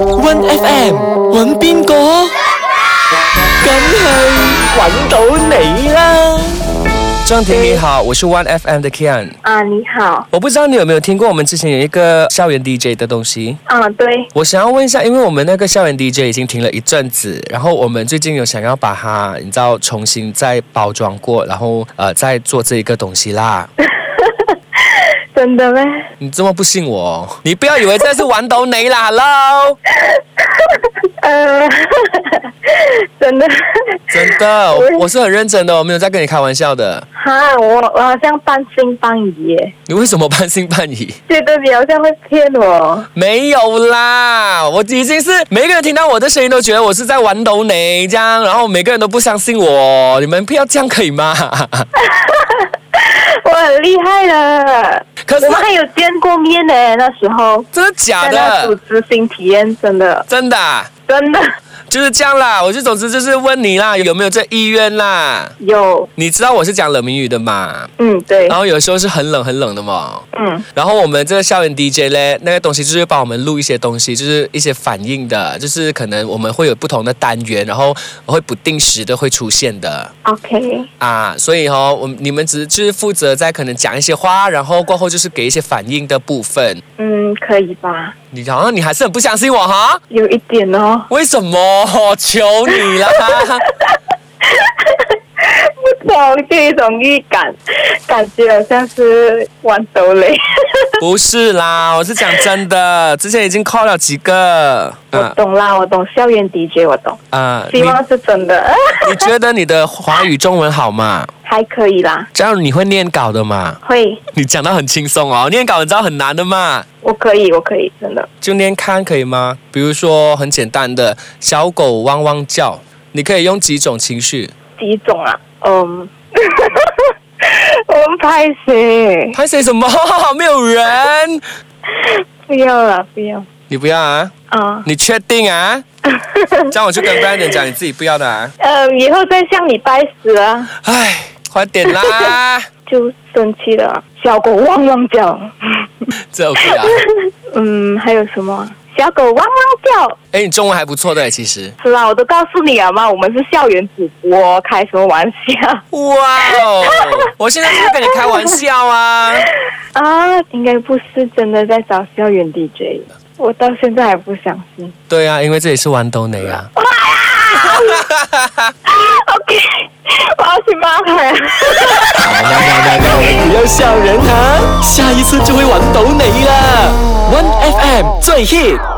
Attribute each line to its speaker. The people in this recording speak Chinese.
Speaker 1: One FM 揾邊個？梗係揾到你啦！
Speaker 2: 张婷你好，我是 One FM 的 Kian。
Speaker 3: 啊，你好，
Speaker 2: 我不知道你有没有听过我们之前有一个校园 DJ 的东西。
Speaker 3: 啊，对，
Speaker 2: 我想要问一下，因为我们那个校园 DJ 已经停了一阵子，然后我们最近有想要把它，你知道，重新再包装过，然后呃再做这一个东西啦。
Speaker 3: 真的咩？
Speaker 2: 你这么不信我？你不要以为这是玩抖你啦，Hello！
Speaker 3: 呃， 真的，
Speaker 2: 真 的，我我是很认真的，我没有在跟你开玩笑的。
Speaker 3: 哈，我我好像半信半疑耶，
Speaker 2: 你为什么半信半疑？
Speaker 3: 觉得你好像会骗我。
Speaker 2: 没有啦，我已经是每一个人听到我的声音都觉得我是在玩抖你这样，然后每个人都不相信我，你们不要这样可以吗？
Speaker 3: 我很厉害的，
Speaker 2: 可是
Speaker 3: 我们还有见过面呢，那时候
Speaker 2: 真的假
Speaker 3: 在那组
Speaker 2: 的？
Speaker 3: 织新体验，真的，
Speaker 2: 真的啊、
Speaker 3: 真的
Speaker 2: 就是这样啦。我就总之就是问你啦，有没有这意愿啦？
Speaker 3: 有，
Speaker 2: 你知道我是讲冷谜语的嘛？
Speaker 3: 嗯，对
Speaker 2: 然，后有时候是很冷很冷的嘛。
Speaker 3: 嗯，
Speaker 2: 然后我们这个校园 DJ 嘞，那个东西就是帮我们录一些东西，就是一些反应的，就是可能我们会有不同的单元，然后会不定时的会出现的。
Speaker 3: ，OK，
Speaker 2: 啊，所以哦，我们你们只是负责在可能讲一些话，然后过后就是给一些反应的部分。
Speaker 3: 嗯，可以吧？
Speaker 2: 你好像你还是很不相信我哈？
Speaker 3: 有一点哦，
Speaker 2: 为什么？求你啦！
Speaker 3: 不懂，就有一种预感，感觉好像是玩抖雷。
Speaker 2: 不是啦，我是讲真的，之前已经 call 了几个。
Speaker 3: 我
Speaker 2: 啊
Speaker 3: 懂啦，我懂校园 DJ，我懂，
Speaker 2: 啊，你
Speaker 3: 希望是真的，
Speaker 2: 你觉得你的华语中文好吗？
Speaker 3: 还可以啦，
Speaker 2: 这样你会念稿的嘛？
Speaker 3: 会，
Speaker 2: 你讲到很轻松哦，念稿你知道很难的嘛？
Speaker 3: 我可以，我可以，真的，
Speaker 2: 就念看可以吗？比如说很简单的小狗汪汪叫，你可以用几种情绪？
Speaker 3: 第一种啊，嗯， 我们拍谁？
Speaker 2: 拍谁什么？ 没有人，
Speaker 3: 不要了，不要，
Speaker 2: 你不要啊？
Speaker 3: 啊，
Speaker 2: 你确定啊？这样我就跟 Brandon 讲你自己不要的啊。
Speaker 3: 呃，以后再向你拜师啊，
Speaker 2: 唉，快点啦！
Speaker 3: 就生气了啊，小狗汪汪叫，
Speaker 2: 这 OK 啊？
Speaker 3: 嗯，还有什么啊？小狗汪汪叫，
Speaker 2: 哎，你中文还不错的，其实。
Speaker 3: 是啦，我都告诉你了嘛，我们是校园主播，开什么玩笑
Speaker 2: 哇哦！我现在是跟你开玩笑啊！
Speaker 3: 啊？应该不是真的在找校园 DJ，我到现在还不相信。
Speaker 2: 对啊，因为这里是豌豆奶啊。
Speaker 3: OK，我要去骂他呀。
Speaker 1: 不要笑人啊，下一次就會揾到你啦。One FM 最 hit。